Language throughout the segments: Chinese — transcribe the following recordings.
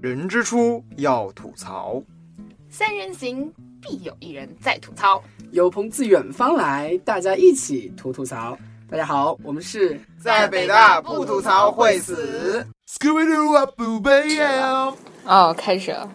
人之初要吐槽，三人行必有一人在吐槽。有朋自远方来，大家一起吐吐槽。大家好，我们是在北大不吐槽会死。哦，开始了。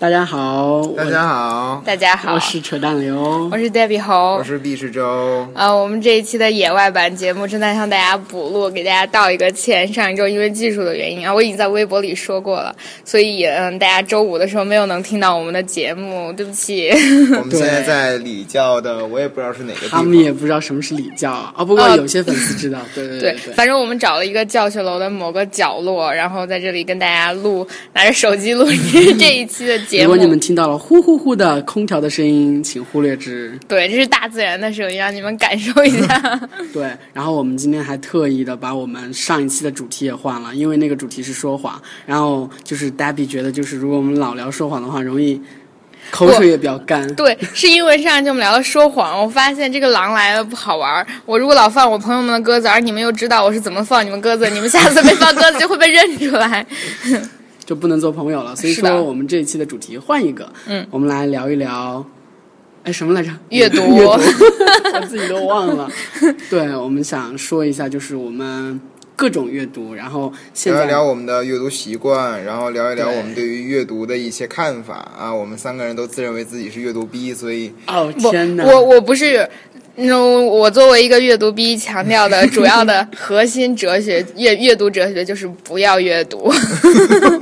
大家好，大家好，大家我，好，我是扯淡流我。是 Debbie 我猴。是毕 世洲。啊，我们这一期的野外版节目正在向大家补录，给大家道一个歉。上一周因为技术的原因啊，我已经在微博里说过了，所以嗯，大家周五的时候没有能听到我们的节目，对不起。我们现在在礼教的，我也不知道是哪个地他方们。也不知道什么是礼教啊，哦不过哦有些粉丝知道。对 对对，对。反正我们找了一个教学楼的某个角落，然后在这里跟大家录，拿着手 机录这一期的节如目。果你们听到了呼呼呼的空调的声音，请忽略之。对，这是大自然的声音，让你们感受一下。对，然后我们今天还特意的把我们上一期的主题也换了，因为那个主题是说谎。然后就是 Debbie 觉得，就是如果我们老聊说谎的话，容易口水也比较干。对，是因为上一期我们聊到说谎，我发现这个狼来了不好玩儿。我如果老放我朋友们的鸽子，而你们又知道我是怎么放你们鸽子，你们下次被放鸽子就会被认出 来。就不能做朋友了。所以是的说，我们这一期的主题换一个，嗯，我们来聊一聊，哎，什 么来着？阅读阅读，我自己都忘 了。对，我们想说一下，就是我们各种阅读，然后现聊在一聊我们的阅读习惯，然后聊一聊对我们对于阅读的一些看法啊。我们三个人都自认为自己是阅读逼，所以哦，不天，哪！我我不是。那我作为一个阅读逼，强调的主要 的核心哲学阅阅读哲学就是不要阅读。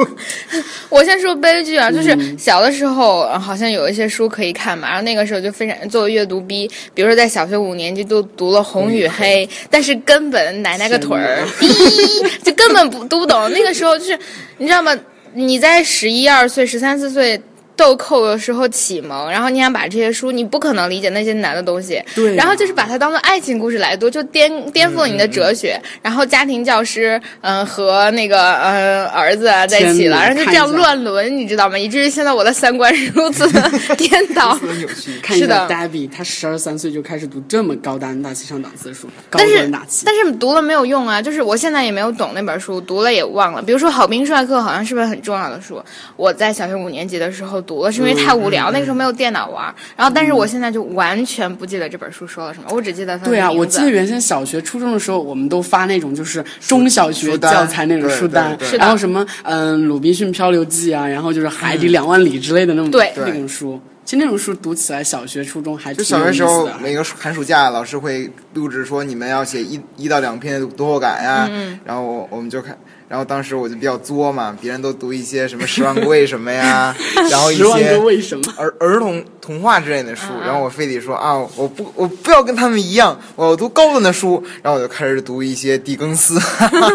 我先说悲剧啊，就是小的时候、呃好像有一些书可以看嘛，然后那个时候就非常作为阅读逼，比如说在小学五年级都读了《红与黑》，但是根本奶奶个腿儿， 咦，就根本不读不懂。那个时候就是你知道吗？你在十一二岁、十三四岁。豆蔻的时候启蒙，然后你想把这些书，你不可能理解那些难的东西，对嗯然后就是把它当做爱情故事来读，就颠颠覆了你的哲学。然后家庭教师，嗯、和那个呃儿子啊在一起了，天哪然后就这样看一下乱伦，你知道吗？以至于现在我的三观是如此的 颠倒。很有趣。看一是下的 Debbie，她十二三岁就开始读这么高端大气上档次的书，高但是端大气。但是读了没有用啊，就是我现在也没有懂那本书，读了也忘了。比如说《好兵帅克》好像是本很重要的书，我在小学五年级的时候读了，是因为太无嗯聊，那个时候没有电脑玩儿。然后，但是我现在就完全不记得这本书说了什么，我只记得它的对啊，名我字记得原先小学、初中的时候，我们都发那种就是中小学书单教材那种对书对单对是，的然后什么嗯《鲁滨逊漂流记》啊，然后就是《海嗯底两万里》之类的那种对那种书。其实那种书读起来，小学、初中还就挺小有学意时思候的，。每个暑寒暑假，老师会布置说你们要写一一到两篇的读后感啊。嗯然后我我们就看，然后当时我就比较作嘛，别人都读一些什么《十万个为什么》呀，然后一 十万些个为嗯什么，儿儿童童话之类的书，然后我非得说啊，我不我不要跟他们一样，我要读高端的书，然后我就开始读一些狄更斯，啊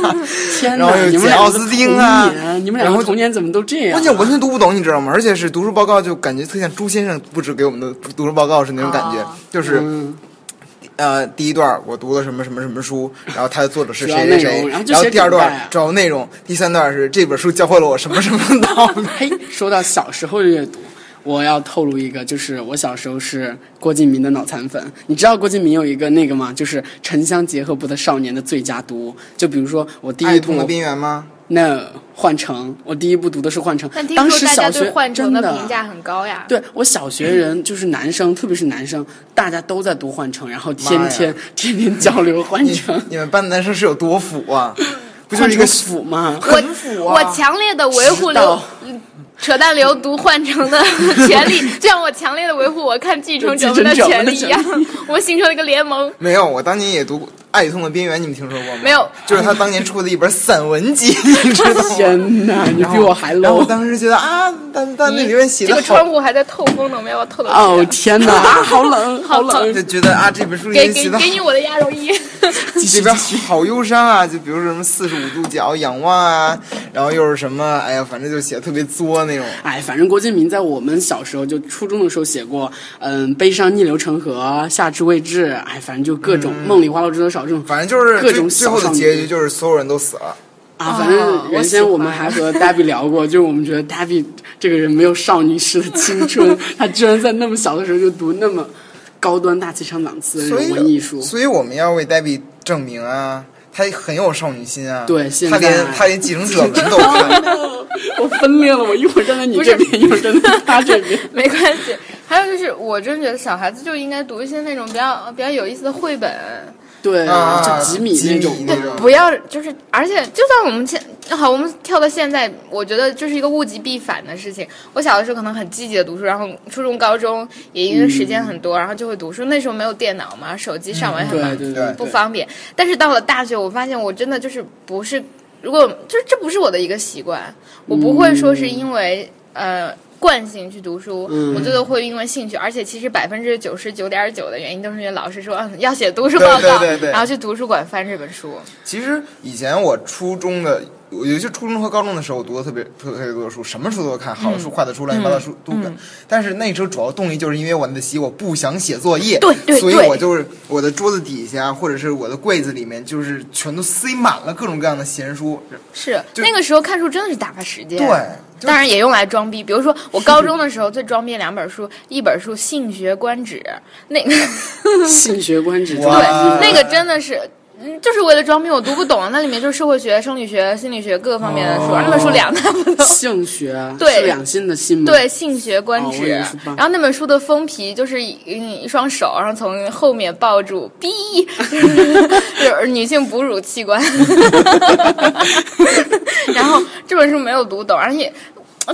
天然哪！后有你们简俩奥斯汀啊童年你们两然个后童年怎么都这 样关？键完全读不懂，你知道吗？而且是读书报告，就感觉特像朱先生布置给我们的读书报告是那种感觉，就是。嗯，呃，第一段我读了什么什么什么书，然后它的作者是主要谁谁 啊内容谁，然后就然后写第二指代段啊主要内容，第三段是这本书教会了我什么什么道 理。嘿，哎说到小时候的阅读，我要透露一个，就是我小时候是郭敬明的脑残粉。你知道郭敬明有一个那个吗？就是城乡结合部的少年的最佳读物。就比如说我第爱一痛部的边缘 吗？那《幻城》，我第一部读的是《幻城但》，听当说时大小家对学《幻城》真的评价很高呀。对我小学人就是男生，特别是男生，大家都在读《幻城》，然后天妈呀天天天交流《幻你城》，你们班的男生是有多腐 啊？不就幻是一个城 腐吗？我很腐啊我强烈的维护知道刘扯淡流毒换成 的权利，就像我强烈的维护我看继承者们的权利一样 继承者们的，我形成了一个联盟。没有，我当年也读过《爱痛的边缘》，你们听说过吗？没有就是他当年出的一本散文 集，你知道吗？天哪，你比我还然后我 low！当时觉得啊，他他那里面写这的个好窗，户还在透风呢，我们要把它透到哦天 哪，啊好冷，好冷！就觉得啊，这本书里给面给写的给你我的鸭绒衣，这边好忧伤啊，就比如说什么四十五度角仰望啊，然后又是什么，哎呀，反正就写的特别作那种。哎，反正郭敬明在我们小时候就初中的时候写过，嗯，悲伤逆流成河，夏至未至，哎，反正就各种、梦里花落知多少这种，反正就是各种最最后小的少女结局就是所有人都死了，啊，哦反正原先我们我喜还欢和 Debbie 聊过，就是我们觉得 Debbie 这个人没有少女式的青春，她居然在那么小的时候就读那么高端大气上档次的那所种文艺以书。所以我们要为黛比证明啊，他很有少女心啊。对现他连在他连继承者们都 看，我分裂了，我一会儿站在你不是这边，一会儿站在他这边。 没关系。还有就是，我真觉得小孩子就应该读一些那种比较比较有意思的绘本，对，啊就几米几那米种那的。种不要就是，而且就算我们现好，我们跳到现在，我觉得这是一个物极必反的事情。我小的时候可能很积极的读书，然后初中、高中也因为时嗯间很多，然后就会读书。那时候没有电脑嘛，手机上网也很对慢，对对不方便。但是到了大学，我发现我真的就是不是，如果就是这不是我的一个习惯，我不会说嗯是因为、呃惯性去读书，嗯我最多会因为兴趣。而且其实百分之九十九点九的原因都是因为老师说、嗯、要写读书报告，对对对对然后去图书馆翻这本书。其实以前我初中的，我尤其初中和高中的时候，我读的特别特别特别多的书，什么书都看，好的书、坏的书、乱七八糟的书都看。但是那时候主要动力就是因为我那习我不想写作业，对对所以对我就是我的桌子底下或者是我的柜子里面，就是全都塞满了各种各样的闲书。是就那个时候看书真的是打发时间。对，就当然也用来装逼，比如说我高中的时候最装逼的两本书，一本书《性学观止》，那个性学观止，哇中那个真的是，嗯，就是为了装逼，我读不懂。那里面就是社会学、生理学、心理学各个方面的书，哦那本书两大部都。性学对是两性的性吗？对，性学观哦我止以为是棒然后那本书的封皮就是一嗯一双手，然后从后面抱住，逼， 就是女性哺乳器官。 然后这本书没有读懂，而且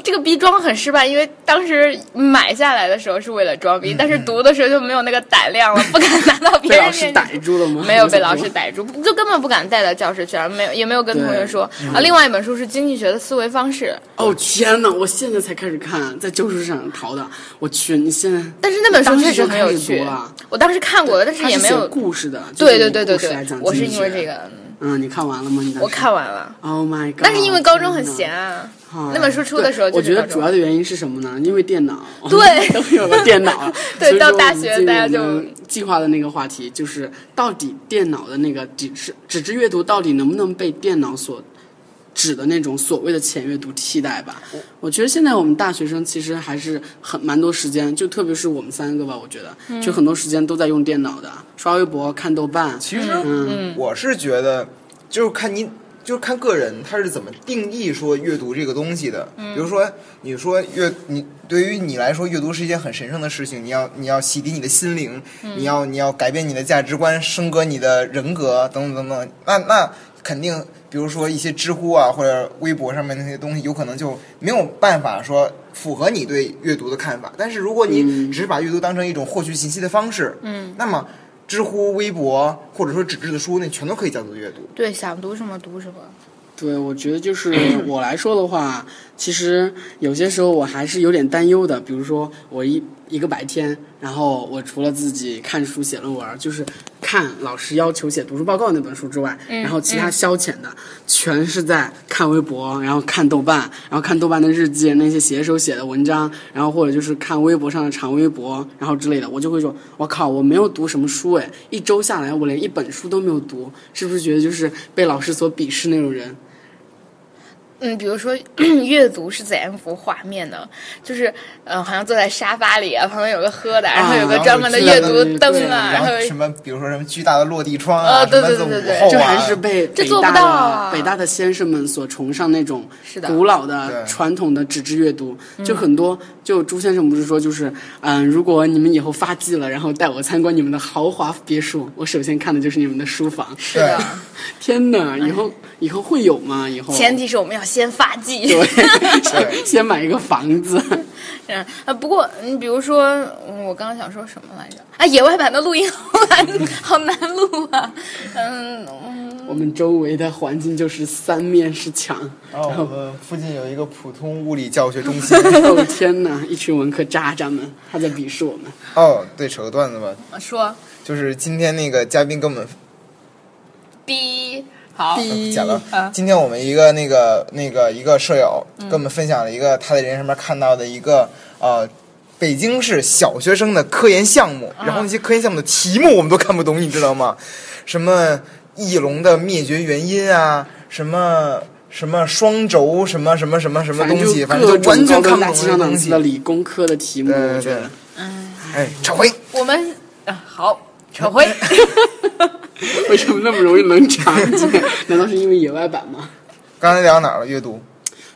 这个逼装很失败，因为当时买下来的时候是为了装逼，但嗯是读的时候就没有那个胆量了，不敢拿到别被人老面师前。逮住了 吗？没有被老师逮 住，就根本不敢带到教室去，然后没有也没有跟同学说。嗯啊，另外一本书是经济学的思维方式，哦天哪！我现在才开始看，在旧书市场淘的。我去，你现在但是那本书确实很有当时就开始趣读了，我当时看过的，但是它也是没写有。故事的。就是对对对对用故事来对讲，我是经济因为学这。个，嗯，你看完了吗？你当时我看。完了， Oh my god！但是因为高中很天闲哪。啊，啊那本书出的时候对我就是觉得高主中要的原因是什么呢？因为电脑，对都有了电 脑了。对所以到说大学我们今大家年就呢计划的那个话题就是，到底电脑的那个纸质纸质阅读到底能不能被电脑所指的那种所谓的浅阅读替代吧？我觉得现在我们大学生其实还是很蛮多时间，就特别是我们三个吧，我觉嗯得就很多时间都在用电脑的，刷微博、看豆瓣。其实我是觉得，就是看你，就是看个人他是怎么定义说阅读这个东西的。比如说，你说阅，你对于你来说，阅读是一件很神圣的事情，你要你要洗涤你的心灵，你要你要改变你的价值观，升格你的人格，等等等等。那那肯定，比如说一些知乎啊或者微博上面那些东西，有可能就没有办法说符合你对阅读的看法。但是如果你只是把阅读当成一种获取信息的方式，嗯，那么知乎、微博或者说纸质的书，那全都可以叫做阅读。对，想读什么读什么。对，我觉得就是我来说的话，其实有些时候我还是有点担忧的。比如说，我一一个白天，然后我除了自己看书写论文儿，就是看老师要求写读书报告那本书之外，然后其他消遣的、全是在看微博，然后看豆瓣，然后看豆瓣的日记，那些写手写的文章，然后或者就是看微博上的长微博，然后之类的，我就会说，我靠，我没有读什么书哎，一周下来我连一本书都没有读，是不是觉得就是被老师所鄙视那种人？嗯，比如说 阅读是怎样一幅画面呢？就是呃，好像坐在沙发里啊，旁边有个喝的，然后有个然后专门的巨大阅的读那个灯对啊，然后后什么，比如说什么巨大的落地窗啊，呃对对什么对对子午后这啊，还是被这北做不大的到啊北大的先生们所崇尚那种是的嗯古老的对传统的纸质阅读，就很多就朱先生不是说就是嗯，如果你们以后发迹了，然后带我参观你们的豪华别墅，我首先看的就是你们的书房。是的，天哪，以后以后会有吗？以后前提是我们要先发迹。对， 先买一个房子。嗯啊，不过你比如说，嗯我刚刚想说什么来着？啊，野外版的录音好难，好难录啊。嗯嗯，我们周围的环境就是三面是墙，然哦后我们附近有一个普通物理教学中 心。哦天哪，一群文科渣渣们，他在鄙视我们。哦，对，扯个段子吧，说就是今天那个嘉宾跟我们逼好，讲了嗯啊，今天我们一个那个那个一个舍友跟我们分享了一个他在人上面看到的一个呃。北京市小学生的科研项目，啊然后那些科研项目的题目我们都看不懂，你知道吗？什么翼龙的灭绝原因啊，什么什么双轴什么什么什么什么东西，反反正正就完全看不大懂气的上东档西次的。理工科的题目，对对我觉嗯对得。哎，撤回。 我们啊好扯回。 为什么那么容易冷场？难道是因为野外版吗？ 刚才聊到哪儿了？阅读。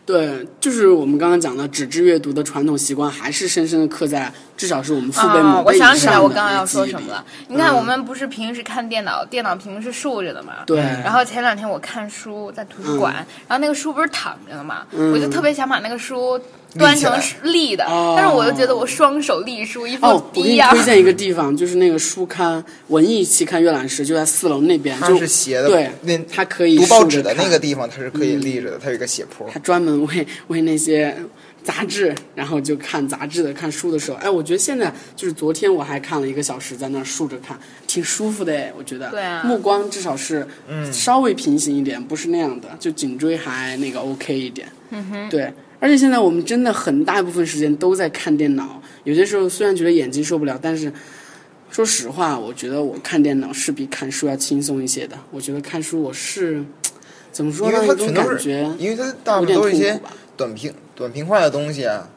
对，就是我们刚刚讲的纸质阅读的传统习惯，还是深深的刻在至少是我们父辈啊母，我辈以想起来上我的刚刚要说记忆什里么了。。你嗯看，我们不是平时看电脑，电脑屏幕是竖着的嘛？对，嗯然后前两天我看书在图书馆，然后那个书不是躺着的嘛，我就特别想把那个书端成立是起立的，哦但是我又觉得我双手立书，一副哦，我给低你呀、推荐一个地方，就是那个书刊文艺期刊阅览室，就在四楼那边，它就是斜的对，那它可以读报竖着纸的看嗯那个地方，它是可以立着的，它有一个斜坡。他专门为为那些杂志，然后就看杂志的、看书的时候，哎，我觉得现在就是昨天我还看了一个小时，在那儿竖着看，挺舒服的哎，我觉得。对啊目光至少是稍微平行一点，不是那样的，就颈椎还那个 OK 一点。嗯哼。对，而且现在我们真的很大一部分时间都在看电脑，有些时候虽然觉得眼睛受不了，但是。说实话，我觉得我看电脑是比看书要轻松一些的。我觉得看书我是怎么说因呢？为有它种全感都是觉，因为它大部有分都点是一痛些苦吧。短平短平快的东西啊。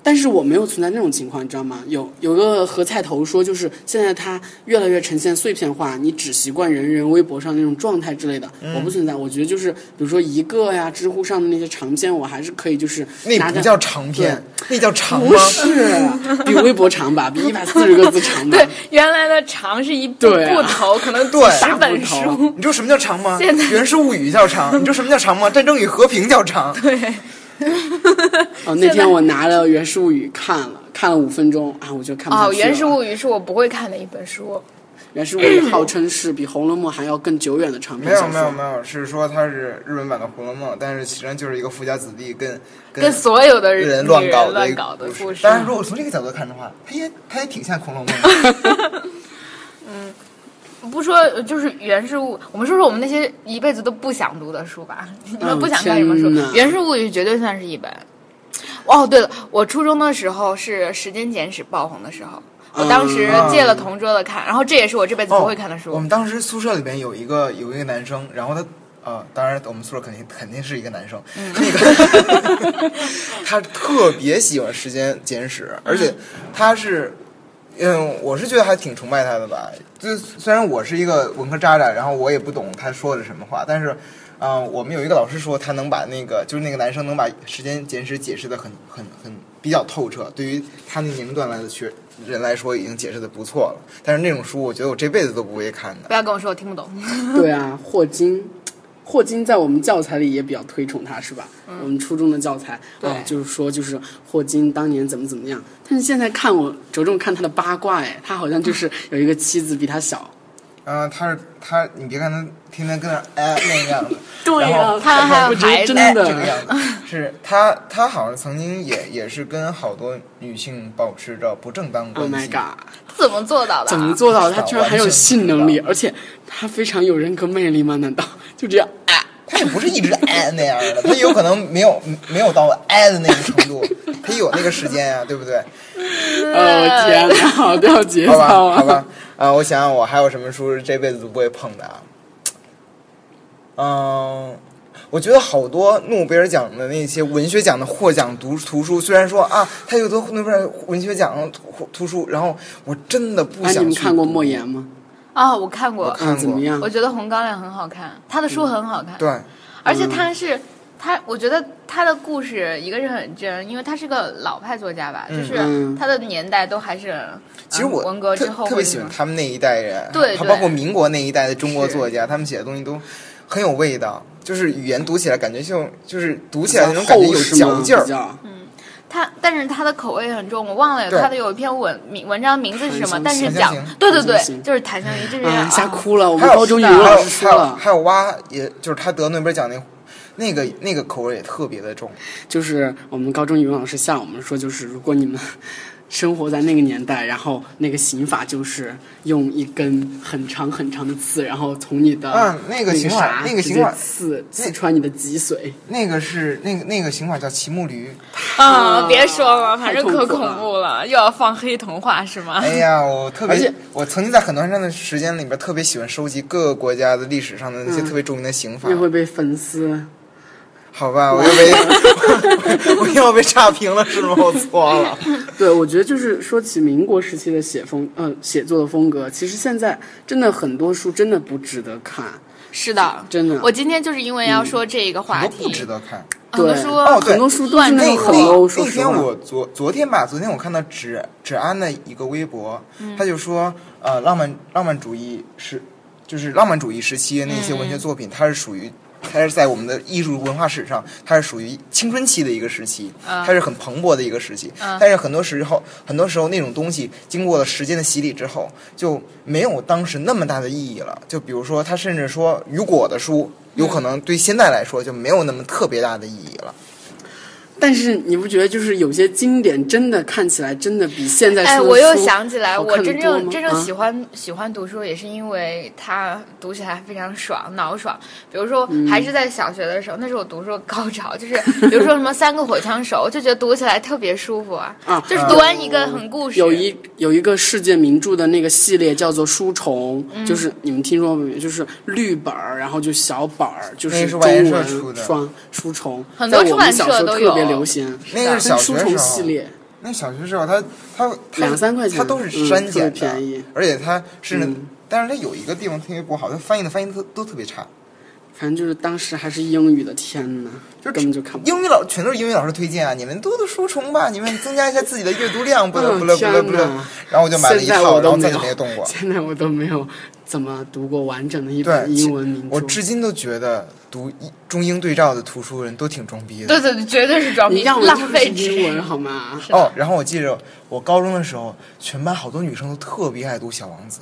但是我没有存在那种情况，你知道吗？有有个何菜头说，就是现在它越来越呈现碎片化，你只习惯人人微博上那种状态之类的，嗯我不存在。我觉得就是比如说一个呀，知乎上的那些长篇，我还是可以就是那拿着不叫长篇，那叫长不吗？是比微博 长吧，比一百四十个字长吧。对，原来的长是一部对啊布头，可能对十本大部书。 你知道什么叫长吗？现在《源氏物语》叫长，你知道什么叫长吗？《战争与和平》叫 长。哦，那天我拿了《源氏物语》看了，看了五分钟啊，我就看不下去哦，了《源氏物语》是我不会看的一本书，源氏物语》号称是比《红楼梦》还要更久远的长篇没有小没有说没。有，是说它是日本版的《红楼梦》，但是其实就是一个富家子弟跟跟所有的跟人乱乱搞乱一个搞的故事。啊但是如果从这个角度看的话，它也它也挺像《红楼梦》 的。不说呃就是原事物，我们说说我们那些一辈子都不想读的书吧。 你们不想看什么书哦天哪？原事物语绝对算是一本。哦，对了，我初中的时候是《时间简史》爆红的时候，我当时借了同桌的嗯看，然后这也是我这辈子不会看的哦我书。们当时宿舍里边有一个有一个男生，然后他。啊、当然，我们宿舍肯定肯定是一个男生。嗯那个 他特别喜欢《时间简史》，而嗯且他是，嗯，我是觉得还挺崇拜他的吧。就虽然我是一个文科渣渣，然后我也不懂他说的什么话，但是，啊、我们有一个老师说他能把那个就是那个男生能把《时间简史》解释的很很很比较透彻，对于他那年龄段来的学人来说已经解释的不错了。但是那种书，我觉得我这辈子都不会看的。不要跟我说我听不懂。 对啊，霍金，霍金在我们教材里也比较推崇他，是吧？嗯我们初中的教材对啊，就是说就是霍金当年怎么怎么样，但是现在看我着重看他的八卦，哎，他好像 就是有一个妻子比他小。嗯、他是他，你别看他天天跟那儿哎那个样子，对然后他还有 我觉得孩子真哎的这个样子，是他他好像曾经也也是跟好多女性保持着不正当，Oh 关 my 系。 god，怎么做到的啊？怎么做到的？不他知道居然还有性 能力，而且他非常有人格魅力吗？难道 就这样？哎，他也不是一直哎那样的，他有可能没有没有到哎的那个程度，他有那个时间呀、对不对？哦天哪，都要节好操吧，啊！好吧，啊、我想想，我还有什么书是这辈子都不会碰的啊？嗯，我觉得好多诺贝尔奖的那些文学奖的获奖读图书，虽然说啊，他有得诺贝尔文学奖的图图书，然后我真的不哎，你想们去。看过莫？言吗？啊？我看过，看过怎么样我？觉得《红高粱》很好看，他的书很好看。嗯对，而且他是他，我觉得他的故事一个是很真，因为他是个老派作家吧，嗯就是嗯他的年代都还是其实嗯我文革特之后特或别者喜欢什么他们那一代人，对还对包括民国那一代的中国是作家，他们写的东西都很有味道，就是语言读起来感觉就就是读起来那种感厚觉有实吗嚼劲儿比。较他，但是他的口味很重，我忘了对他的有一篇文名文章名字是什么，但檀香是檀讲香刑对对对檀香，刑就是檀香鱼，就是啊，吓啊哭了！我嗯还们有高中语还文有老师说还有了，还有蛙，也就是他得诺贝尔奖那那个那个口味也特别的重。就是我们高中语文老师向我们说，就是如果你们生活在那个年代，然后那个刑法就是用一根很长很长的刺，然后从你的嗯那个刑法啥那个直接刑法刺刺那穿你的脊髓，那个是那个那个刑法叫骑木驴。啊，别说了，太反正痛可苦恐怖了，又要放黑童话是吗？哎呀，我特而且别，我曾经在很长一段的时间里边特别喜欢收集各个国家的历史上的那些嗯特别著名的刑法那。会被粉丝好吧，我又被 我我又被差评了，是吗？我错了。对，我觉得就是说起民国时期的写风，嗯、写作的风格，其实现在真的很多书真的不值得看，是的，真的我今天就是因为要说这个话都嗯题，不值得看。很多对书哦对很多书都是乱那种那出很那 low，说那实天话。我昨昨天吧，昨天我看到芷芷安的一个微博，嗯他就说呃，浪漫浪漫主义是就是浪漫主义时期的那些嗯文学作品，它是属于。它是在我们的艺术文化史上，它是属于青春期的一个时期，嗯啊它是很蓬勃的一个时期。但是很多时候，很多时候那种东西经过了时间的洗礼之后，就没有当时那么大的意义了。就比如说，他甚至说雨果的书，嗯有可能对现在来说就没有那么特别大的意义了。但是你不觉得就是有些经典真的看起来真的比现在哎，出的我又书想起来，好我看得真多正吗真正啊喜欢、喜欢读书，也是因为它读起来非常爽，脑爽。比如说，嗯还是在小学的时候，那是我读书的高潮，就是比如说什么《三个火枪手》，就觉得读起来特别舒服啊，啊就是读完一个很故事。有一有一个世界名著的那个系列叫做《书虫》，嗯就是你们听说过没有？就是绿本儿，然后就小本儿，就那是是中外研社文出的双书虫，很多在出我们版小社时候都特别有流行。那个是小但学书时候虫系列，那小学时候他，他他两三块钱他都是嗯删减特别的，便宜而且他是，嗯但是他有一个地方特别不好，他翻译的翻译得都都特别差，反正就是当时还是英语的，天呐，就根本就看不懂。英语老全都是英语老师推荐啊，你们多读书虫吧，你们增加一下自己的阅读量， 不乐嗯不乐不乐不天乐哪。然后我就买了一现在套，我然都后没再也有。没动过 现在我都没有怎么读过完整的一对，本其英文名著。我至今都觉得读一中英对照的图书人都挺装逼的。对对对，绝对是装你逼，让我浪就是费英纸文。啊好吗？哦，然后我记着我高中的时候，全班好多女生都特别爱读《小王子》，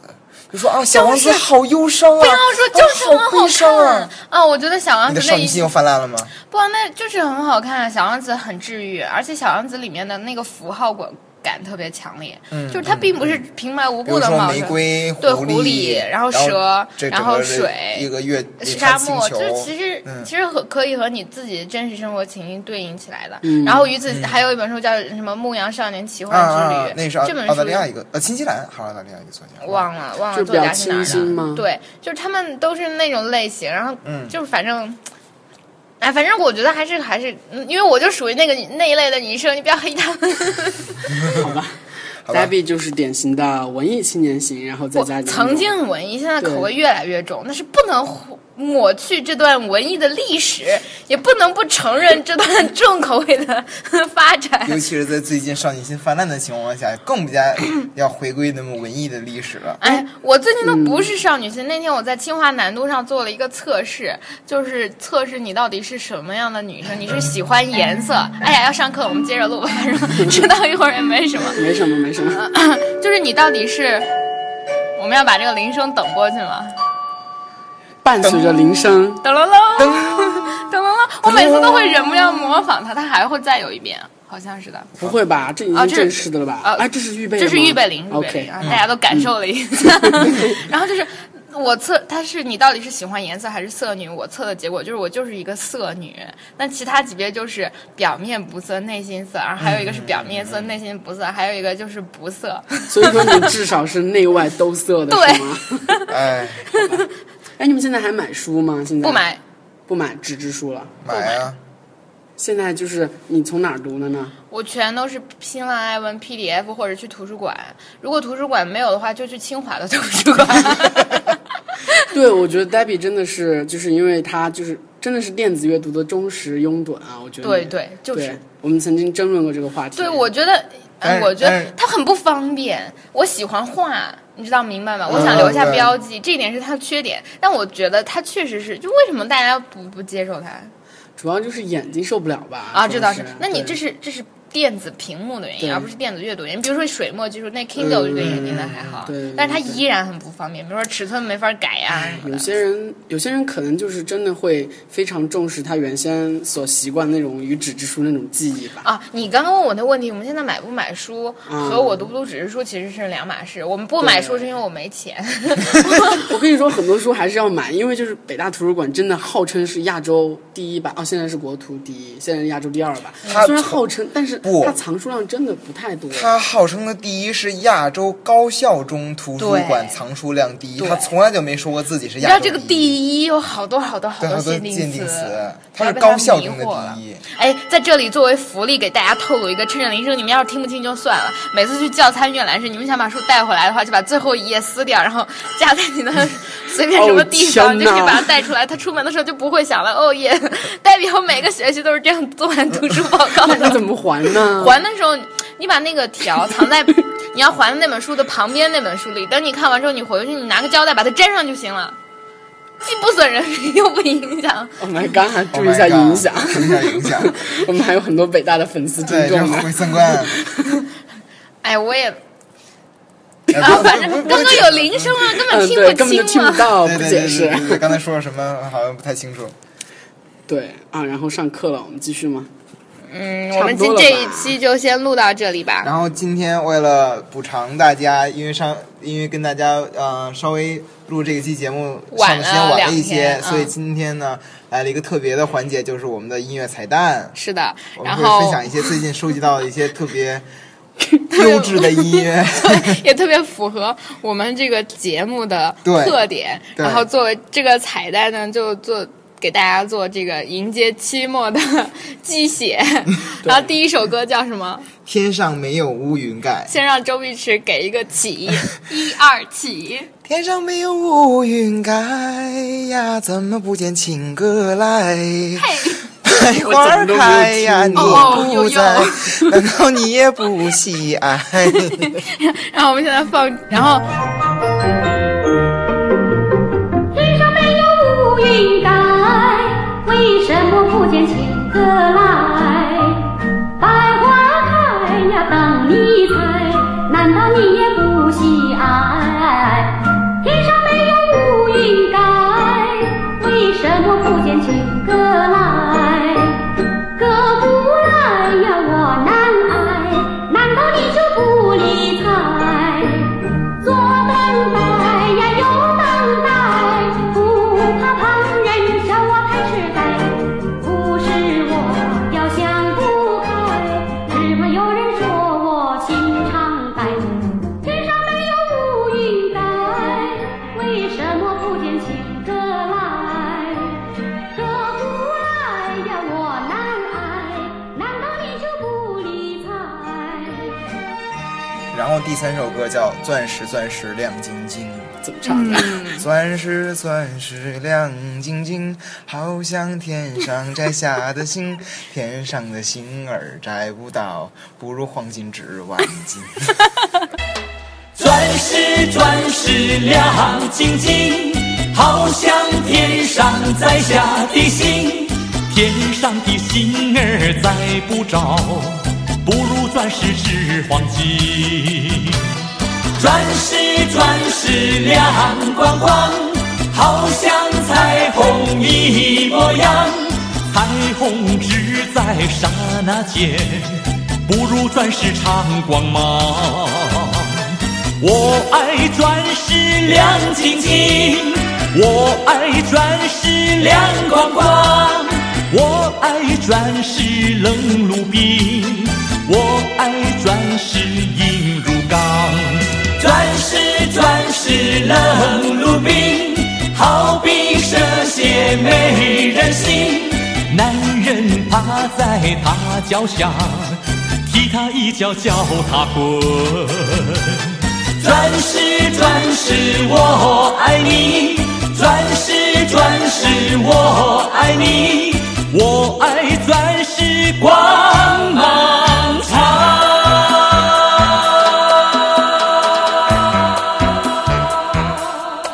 就说啊，《小王子》好忧伤啊，不要说就是很啊好悲伤看啊啊。我觉得小王你子的那少女一心又泛滥了吗？不，那就是很好看。啊小王子很治愈，而且小王子里面的那个符号感感特别强烈，嗯就是它并不是平白无比故如的说冒玫出来。瑰、对狐狐狸然后蛇这然整后个水呃这一个月沙漠，就就是其实、嗯其实和可以和你自己真实生活情境对应起来的。嗯然后与此还有一本书叫什么《牧羊少年奇啊啊幻之旅》，啊，那是澳这本澳书大利亚一个呃新西兰还是澳大利亚一个作家？忘了忘了就是作比较家是哪清新嗯儿吗的，对，就是他们都是那种类型，然后嗯就是反正。哎，反正我觉得还是还是，嗯因为我就属于那个那一类的女生，你不要黑他们。好吧 Debbie 就是典型的文艺青年型，然后在我家里曾经很文艺，现在口味越来越重，但是不能忽抹去这段文艺的历史，也不能不承认这段 重口味的发展。哎尤其是在最近少女心泛滥的情况下，更加要回归那么文艺的历史 了。哎，我最嗯近都不是少女心。那天我在清华南都上做了一个测试，就是测试你到底是什么样的女生，你是喜欢颜色。哎呀，要上课，我们接着录吧，反 正迟到一会儿也没什么。 没什么没什么，就是你到底是，我们要把这个铃声等过去吗？伴随着铃声。噔了喽，噔了喽，我每次都会忍不了模仿它，它还会再有一遍，好像是的。不会吧？这已啊经这正式的了吧？啊啊，这是预备的这吗，是预备铃，预备铃 OK，啊，大家都感受了一下。然后就是我测，它是你到底是喜欢颜色还是色女？我测的结果就是我就是一个色女，那其他级别就是表面不色，内心色，然后还有一个是表面色，内心不色，还有一个就是不色。所以说你至少是内外都色 的，对是吗？哎，哎，你们现在还买书吗？现在不买，不买纸质书了。买啊！现在就是你从哪儿读的呢？ 我全都是新浪爱文 PDF 或者去图书馆。如果图书馆没有的话，就去清华的图书馆。对，我觉得 Debbie 真的是，就是因为她就是真的是电子阅读的忠实拥趸啊，我觉得。对对，就是对。我们曾经争论过这个话题。对，我觉得，但嗯，是我觉但得是它很不方便。我喜欢画，你知道明白吗？我想嗯留下对标记，这一点是它的缺点。但我觉得它确实是，就为什么大家不不接受它主要就是眼睛受不了吧？啊？这倒是是。，那你对这是这是电子屏幕的原因，对嗯而不是电子阅读原因。比如说水墨技术，那 Kindle 就对眼睛的还好对对，但是它对哎依然很不方便。比如说尺寸没法改呀什么有的。些人，有些人可能就是真的会非常重视他原先所习惯那种与纸质书那种记忆 吧。啊，你刚刚问我的问题，我们现在买不买书嗯和我读不读纸质书其实是两码事。我们不买书是因为我没钱，我跟你说，很多书还是要买，因为就是北大图书馆真的号称是亚洲第一吧，哦，现在是国图第一，现在是亚洲第二吧。它虽然号称，但是不它藏书量真的不太多。他号称的第一是亚洲高校中图书馆对藏书量第一，对他从来就没说过自己是你知亚道洲这个一。第一有好多好多好对，多好多限鉴词定词，，他是不要被高校中迷的惑了第一。哎，在这里作为福利给大家透露一个趁热铃声，你们要是听不清就算了。每次去教参阅览室，你们想把书带回来的话，就把最后一页撕掉，然后夹在 你的随便什么地哦方，天你哪就可以把它带出来。他出门的时候就不会想了。哦耶， 代表每个学期都是这样做完读书报告 那你的。怎么还呢？还的时候，你把那个条藏在 你要还的那本书的旁边那本书里。等你看完之后，你回去你拿个胶带把它粘上就行了，既不损人品又不影响。 Oh my god！注 Oh 意 my 一下 God，影响。注意一下影响。 我们还有很多北大的粉丝听对，这众是呢。回三 观。啊哎，我也。哎啊，不反正不不刚刚有铃声啊，根本嗯，听对，根本就清啊听不了。到，对不对解啊对释对。对对，刚才说了什么好像不太清楚。对啊，然后上课了，我们继续吗？嗯，差我不们多今了这吧一期就先录到这里吧。然后今天为了补偿大家，因为上因为跟大家呃稍微录这一期节目上晚的了时间晚了一些，两天嗯所以今天呢来了一个特别的环节，就是我们的音乐彩蛋。是的，我们然会后分享一些最近收集到的一些特 别优质的音乐。 也特别符合我们这个节目的对特点。对然后作为这个彩蛋呢，就做给大家做这个迎接期末的鸡 血。然后第一首歌叫什么？天上没有乌云盖，先让周碧池给一个 起，一二起。天上没有乌云盖呀，怎么不见情歌来？百花儿开呀，你哦哦不又在， 难道你也不喜 爱？然后我们现在放，然后天上没有乌云盖，为什么不见情歌来？百花开呀，等你采，难道你也不喜爱？天上没有乌云盖，为什么不见情歌来？歌不来呀，我难挨，难道你就不理睬？左等待呀，右等待，不怕旁人笑我太痴呆。不是我要想不开，只怕有人说我心肠歹。天上没有乌云盖，为什么不见情歌来？歌不来呀，我难挨，难道你就不理睬？然后第三首歌叫《钻石钻石亮晶晶怎么唱的？》，嗯钻石钻石亮晶晶，好像天上摘下的星，天上的星儿摘不到，不如黄金值万金。钻石钻石亮晶晶，好像天上摘下的星，天上的星儿摘不着，不如钻石是黄金。钻石钻石亮光光，好像彩虹一模样。彩虹只在刹那间，不如钻石常光芒。我爱钻石亮晶晶，我爱钻石亮光光，我爱钻石冷如冰，我爱钻石硬如钢。钻石钻石冷如冰，好比蛇蝎没人心。男人趴在她脚下，踢她一脚叫她滚。钻石，钻石，我爱你；钻石，钻石，我爱你；我爱钻石光芒场。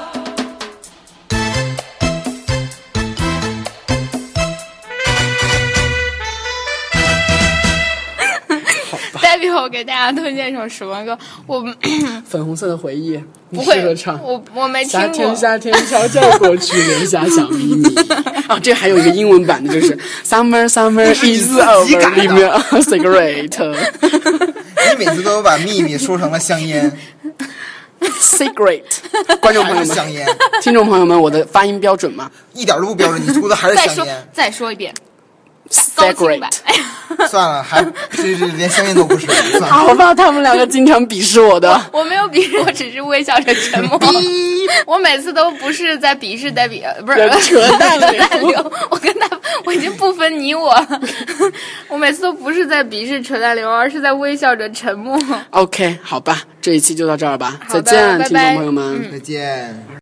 代表我给大家推荐一首什么歌？我 粉红色的回忆，你不适会合唱。我我没听夏天，过。夏天悄悄过去，留下小秘 密。哦，这还有一个英文版的，就是 Summer Summer 是你 is 自己 over, 改的 leave me a cigarette, 你每次都把秘密说成了香烟， cigarette。观众朋还友是香们、烟， 听众朋友们，我的发音标准吗？一点都不标准，你涂的还是再香说烟。再说一遍，高清版 Segregate。算了，还这这连声音都不是，算了。好吧，他们两个经常鄙视我的。 我没有 鄙视，我只是微笑着沉默。 我每次都不是在鄙视黛比，呃不是人 扯淡了扯淡流。我跟他，我已经不分你我 了。我每次都不是在鄙视扯淡流，而是在微笑着沉默。 OK，好吧，这一期就到这儿吧，好再的见，拜嗯听众拜朋友们。再见。